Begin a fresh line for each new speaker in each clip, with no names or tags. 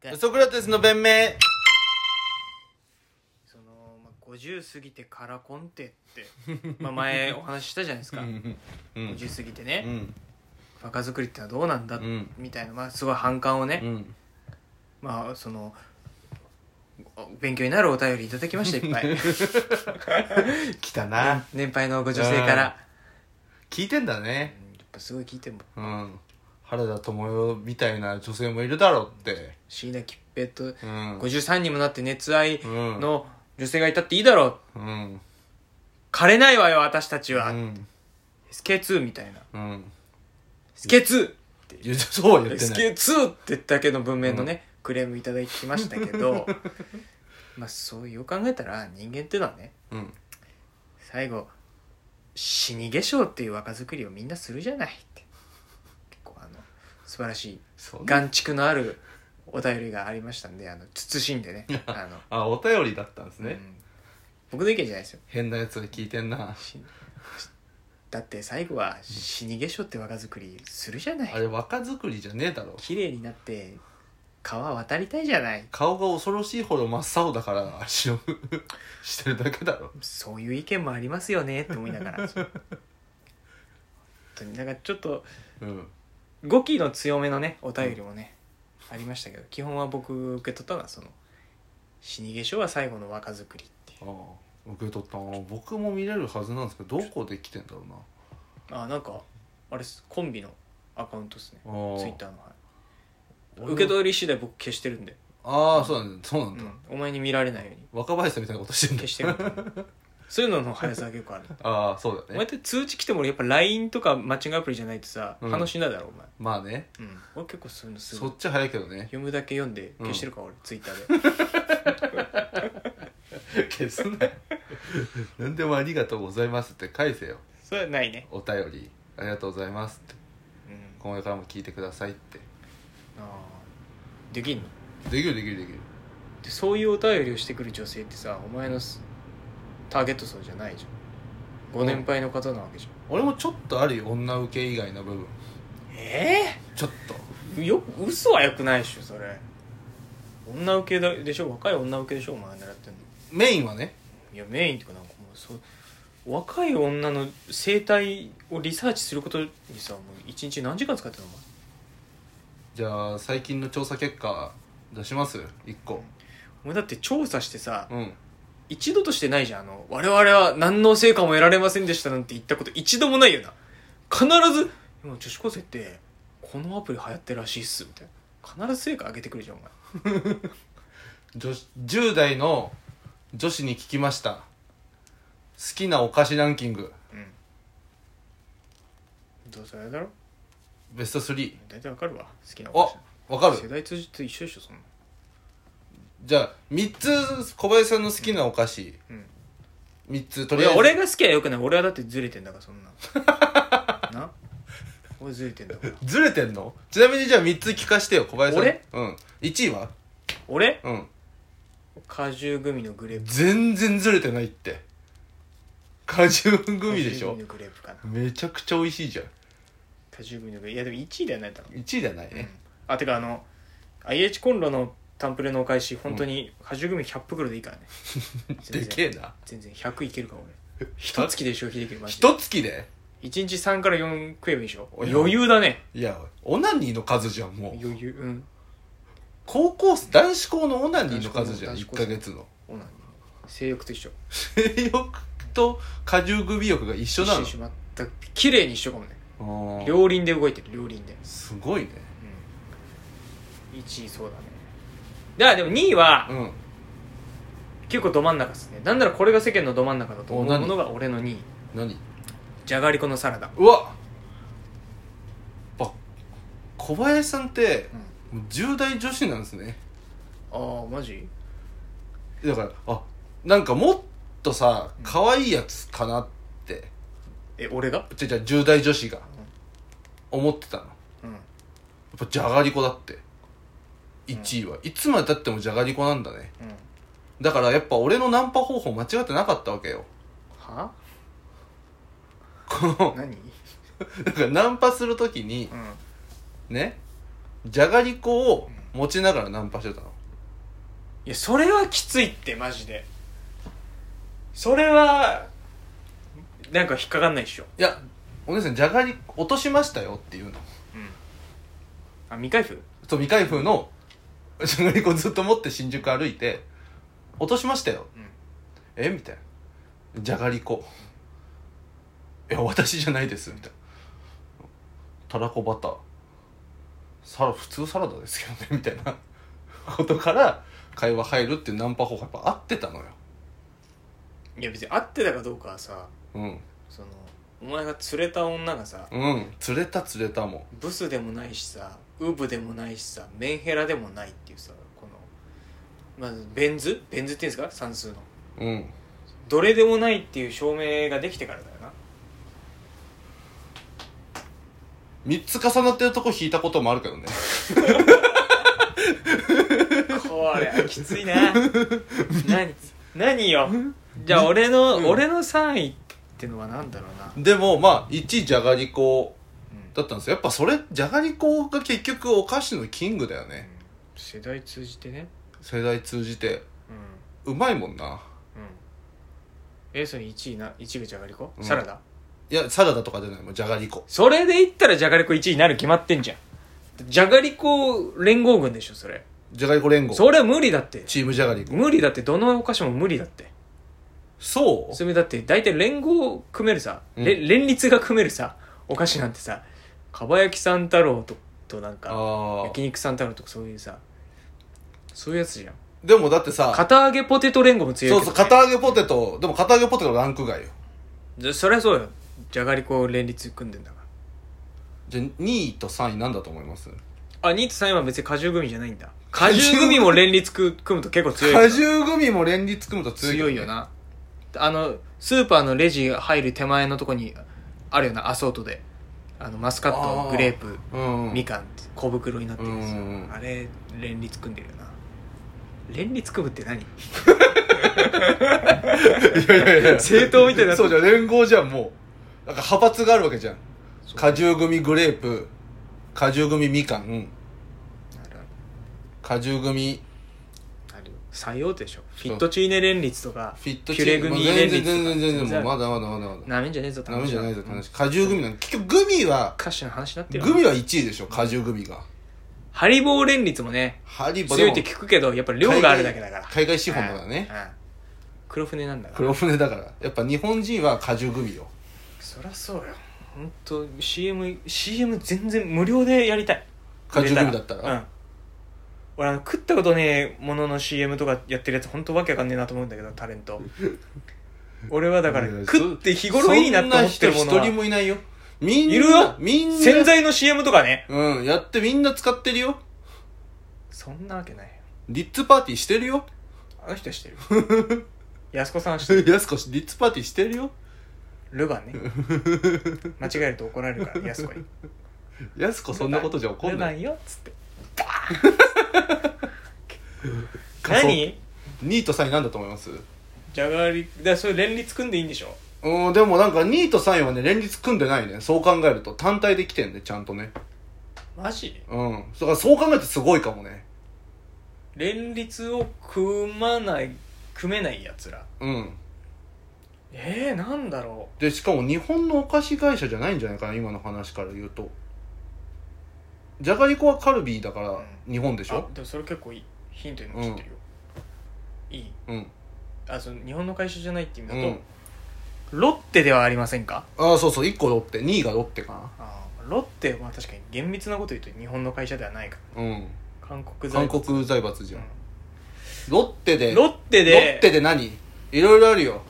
て
ソクラテスの弁明
その、まあ、50過ぎてカラコンってって まあ前お話ししたじゃないですか
うん
50過ぎてね、
うん
若作りってのはどうなんだ、
うん
みたいな、まあ、すごい反感をね、
うん
まあそのお勉強になるお便りいただきま したいっぱい
来たな
年配のご女性から
聞いてんだね
うんやっぱすごい聞いても
うん原田知世みたいな女性もいるだろうって
椎名桔平と
うん
53にもなって熱愛
うん
の女性がいたっていいだろう
うん
枯れないわよ私たち
う
は、
ん
SK2 みたいな
うん、
SK2!
いやそうは言ってない
SK2 ってだけの文面のね、クレームいただきましたけ どまあそうよう考えたら人間っていうのはね
うん
最後死に化粧っていう若作りをみんなするじゃないって結構あの素晴らしい
そうね
眼蓄のあるお便りがありましたんであの慎ん でねあの、
あお便りだったんです
う
ね、
ん僕の意見じゃないですよ
変なやつが聞いてんな
しだって最後は死に化粧って若作りするじゃな
あ
い
れ若作りじゃねえだろ
綺麗になって川渡りたいじゃない
顔が恐ろしいほど真っ青だから足をしてるだけだろ
そういう意見もありますよねって思いながら本当になんかちょっと
うん
語気の強めのねお便りもね、ありましたけど基本は僕受け取ったのはその「死に化粧は最後の若作り」っていう
ああ受け取ったな僕も見れるはずなんですけどどこで来てんだろうな
あなんかあれっすコンビのアカウントですね
あー
ツイッターの、はい、受け取り次第僕消してるんで、
ああそうなんだそうな
うん
だ、
ん、お前に見られないように
若林さんみたいなことしてんだ
消してる そういうのの速さが結構ある
ああそう
お
だ
前っ
ね
て通知来ても俺やっぱ LINE とかマッチングアプリじゃないとさ、
うん
話しないだろお前、
まあね
うん、俺結構そういうのすぐ
そっち早いけどね
読むだけ読んで
うん
消してるから、俺ツイッターで
消すなよ 何でもありがとうございますって返せよ
それはないね、
お便りありがとうございますって
うん、
今後からも聞いてくださいって
あーできんの
できるできるできる
でそういうお便りをしてくる女性ってさお前のすターゲット層じゃないじゃんご年配の方なわけじ
俺もちょっとあるよ女受け以外の部分
ゃんえ
ちょっと
えよ嘘はよくないっしょそれ女受けだでしょ若い女受けでしょお前狙ってんの
メインはね
いやメインっていうかなんかもうそう若い女の生態をリサーチすることにさもう一日何時間使ってんのお前
じゃあ最近の調査結果出します1個
お前だって調査してさ、
うん
一度としてないじゃん。あの、我々は何の成果も得られませんでしたなんて言ったこと一度もないよな。必ず、今女子高生って、このアプリ流行ってるらしいっす、みたいな。必ず成果上げてくるじゃん、お前。
女子10代の女子に聞きました好きなお菓子ランキング
うん。どうせあれだろ
ベスト3
大体わかるわ。好きな
あわか
世
る
代通じて一緒でしょ、そんな。
じゃあ3つ小林さんの好きなお菓子
うん。
3つと
い
りあえ
や
ず
俺が好きはよくない。俺はだってずれてんだから、そんな。 な俺ずれてんだから。
ずれてんのちなみにじゃあ3つ聞かしてよ小林さん
俺
うん1位は
俺
うん
果汁グミのグレープ。
全然ずれてないって果汁グミ
果
でし
汁グ
ょ
ミのグレープかな。
めちゃくちゃ美味しいじゃん
果汁グミのグレープ。いや、でも1位ではないだろ。
1位じゃないね、
あてかあの IH コンロのタンプレのお返し本当に果汁グミ100袋でいいからね全
で
然
けえな
全然100いけるから俺
一
一月で消費できるマジで
一月で
1日3から4食えばいいでしょ
おや
余裕だね
いやオナニーの数じゃんもう
余裕うん
高校生男子校のオナニーの数じゃん
男子校
1
の
ヶ月の
オナニー性欲と一緒
性欲と果汁首欲が一緒な
一緒全く綺麗に一緒かもね
のうん
両輪で動いてる両輪で、
すごいね
うん、1位そうだねだからでも2位は
うん
結構ど真ん中ですねなんならこれが世間のど真ん中だと思
お
う
何
ものが俺の2位
何
じゃがりこのサラダ
うわあ小林さんって
うん
10代女子なんですね
ああマジ
だからあなんかもっとさ可愛いやつかなって
え俺が
じゃじゃ10代女子が思ってたのや
うん
っぱじゃがりこだって1位はいつまでたってもじゃがりこなんだね
うん
だからやっぱ俺のナンパ方法間違ってなかったわけよ
は
この
何
だからナンパするときに
うん
ねじゃがりこを
うん
持ちながらナンパしてたの
いやそれはきついってマジでそれはなんか引っかかんないでしょ、
いやお姉さんじゃがり落としましたよっていうの
うん、あ未開封
そう未開封の じゃがりこずっと持って新宿歩いて落としましたよ、
うん
えみたいなじゃがりこいや私じゃないですみたいなたらこバターサラ普通サラダですけどねみ たいなことから会話入るっていうナンパ方法やっぱ合ってたのよ
いや別に合ってたかどうかはさ
うん
そのお前が釣れた女がさ
うん釣れた釣れたもん
ブスでもないしさウブでもないしさメンヘラでもないっていうさこのまずベン図ベン図っていうんですか算数の
うん
どれでもないっていう証明ができてからだよな
3つ重なってるとこ引いたこともあるけどね
これはきついな何何よじゃあ俺の、
うん
俺の3位ってのは何だろうな
でもまあ1じゃがりこ
うん
だったんですよやっぱそれじゃがりこが結局お菓子のキングだよね
世代通じてね
世代通じて
うん
うまいもんな
うんえそれ1位な1位がじゃがりこ、
うん
サラダ
いやサラダとかじゃないもうじゃがりこ
それで言ったらじゃがりこ1位になる決まってんじゃんじゃがりこ連合軍でしょそれ
じゃがりこ連合
それは無理だって
チームじゃがりこ
無理だってどのお菓子も無理だって
そう
それだって大体連合組めるさ、
うん
れ連立が組めるさお菓子なんてさかば焼き三太郎ととなんか
ああ
焼肉三太郎とかそういうさそういうやつじゃん
でもだってさ
片揚げポテト連合も強い
そ
け
う
ど
そう片揚げポテトでも片揚げポテトランク外よ
じゃそりゃそうよじゃがりこ連立組んでんだか
じゃあ2位と3位なんだと思います
らあ2と3は別に果汁組じゃないんだ果汁組も連立組組むと結構強い
果汁組も連立組むと強いけど
強
ね
いよなあのスーパーのレジ入る手前のとこにあるよなアソートであのマスカッ
あ
ト
ー
グレープ
うん
みかんって小袋になってるんですよ
うんうん
あれ連立組んでるよな連立組むって何
いやいやいや
政党みたいになって
そう
る
じゃん連合じゃんもうなんか派閥があるわけじゃん
そう
果汁組グレープ果汁組みかん
ある
果汁組
あるよ採用でしょフィットチーネ連立とか
フィット
ピュレ組
まあ全
連
然
立
全然全
と
然も
か
うまだまだまだまだ
なめんじゃねえぞって
ダメじゃないぞって
うん
話果汁組なの結局グミは
歌手の話になってる
グミは1位でしょ果汁組が
ハリボー連立もね
ハリボ
強いって聞くけどやっぱ量があるだけだから
海外資本だからね
うんうん黒船なんだから
黒船だからやっぱ日本人は果汁組よ
そりゃそうよ本当 CMCM 全然無料でやりたい
果汁組だった
う
ら
ん俺あの食ったことねえものの CM とかやってるやつ本当わけわかんねえなと思うんだけどタレン ト俺はだから
いや
食って日頃いいなって思ってるもの
そんな人
は
一人もいないよみんない
るよ
みんな
洗剤の CM とかね
うんやってみんな使ってるよ
そんなわけないよ
リッツパーティーしてるよ
あの人は してる安子さんはしてる
やすこしリッツパーティーしてるよ
ルバンね 間違えると怒られるから安子に
やすこそんなことじゃ怒んな
ル
い
バンよっつって
仮想
何
2位と3位なんだと思います
じゃがりだからそれ連立組んでいいんでしょ
うんでもなんか2位と3位はね連立組んでないねそう考えると単体で来てんねちゃんとね
マジ
うんだからそう考えるとすごいかもね
連立を組まない組めないやつら
うん
えー、なんだろ
でしかも日本のお菓子会社じゃないんじゃないかな今の話から言うとじゃがりこはカルビーだから
う
日本で
う
しょ
あでもそれ結構いいヒントにも切ってるよ、いい
うん
あその日本の会社じゃないって意味
う
だと
ん、
ロッテではありませんか
ああそうそう1個ロッテ2位がロッテか
あーロッテは確かに厳密なこと言うと日本の会社ではないから
なうん
韓国財
韓
閥
国財閥じゃん
う
ロッテで
んロッテで
ロッテで何いろいろあるよ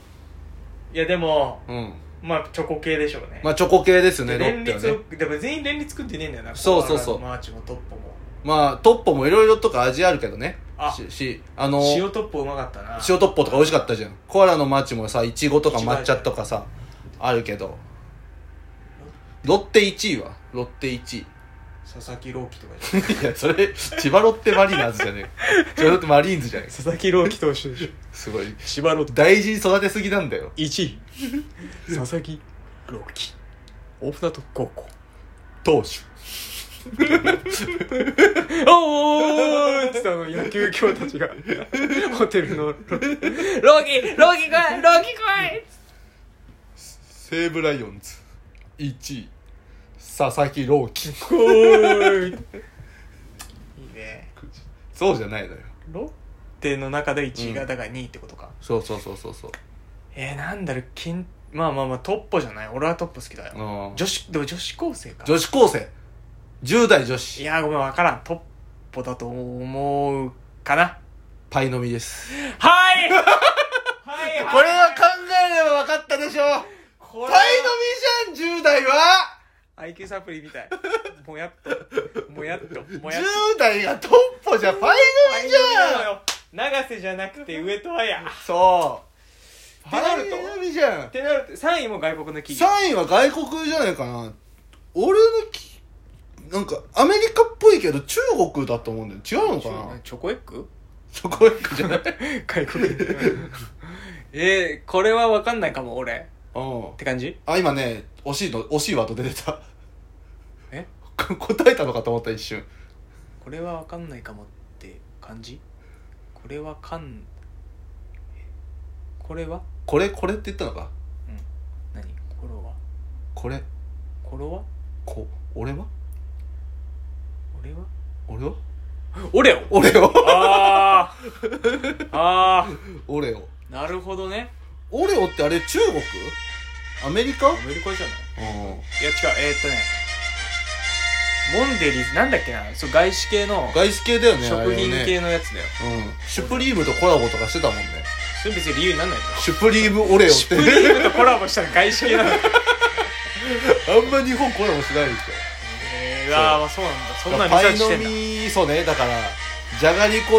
いやでも
うん
まあチョコ系でしょうね、
まあチョコ系ですよねロ
連
ッテは
立
ね
をでも全員連立組んでねえんだよな
そうそうそう
コアラマーチもトッポも
まあトッポもいろいろとか味あるけどね
あ
ししあの
塩トッポうまかったな
塩トッポとか美味しかったじゃんコアラのマーチもさいちごとか
いちご味
抹茶とかさあるけどロッテ1位はロッテ1位
佐々木朗希とかじゃん
いやそれ千葉ロッテマリーナーズじゃねえ千葉ロッテマリーンズじゃね え
佐々木朗希投手でしょ
すごい
千葉ロッテ
大事に育てすぎなんだよ
1位佐々木朗希大船渡高校
投手
おーっつってあの野球教たちがホテルのロロギロギ来いロギ来いっつっ
西武ライオンズ1位佐々木朗希
ておーいいいね
そうじゃないのよ
ロッテの中で1位がだから2位ってことか、
そうそうそうそうそう
えー、なんだろう金まあまあまあトッポじゃない俺はトッポ好きだよ
うん
女子でも女子高生か
女子高生10代女
い
子
やーごめん分からんトッポだと思うかな
パイのみです
はい はい
これは考えれば分かったでしょ
こ
パ
れは
イのみじゃん10代は
IQ サプリみた いもやっともやっともやっと
10代がトッポじゃパイのみじ
なの
ゃん
よ永瀬じゃなくて上戸彩っ
そう
ってなると
パイのみじゃん
てなると3位も外国の企業
3位は外国じゃないかな俺のきなんかアメリカっぽいけど中国だと思うんだよ違うのかな
チョコエッグ
そこへ行くじゃ ない
外国えー、これは分かんないかも俺
うん
って感じ
あ今ね惜しいの惜しいワード出てた
え
答えたのかと思った一瞬
これは分かんないかもって感じこれはかんえこれは
これこれって言ったのか
何コロは
これ
コロは
こ俺は
俺は
俺は
俺よ
俺を
あ ーあ
俺を
ーなるほどね
俺をってあれ中国アメリカう
アメリカじゃない
ん
いや違うえー、っとねモンデリーズなんだっけなそう外資系の
外資系だよねあれ
食
は
品
ね
系のやつだよ、
うんシュプリームとコラボとかしてたもんね
それ別に理由になんないだろ
シュプリームオレオっ
シュプ
て
リームとコラボしたら外資系 なの
あんま日本コラボしないでし
えー、あーまあそうなんだそ
ょ
んなリサ
パ
ー
イ
チして
の
んだ
みそうねだからじゃがりこ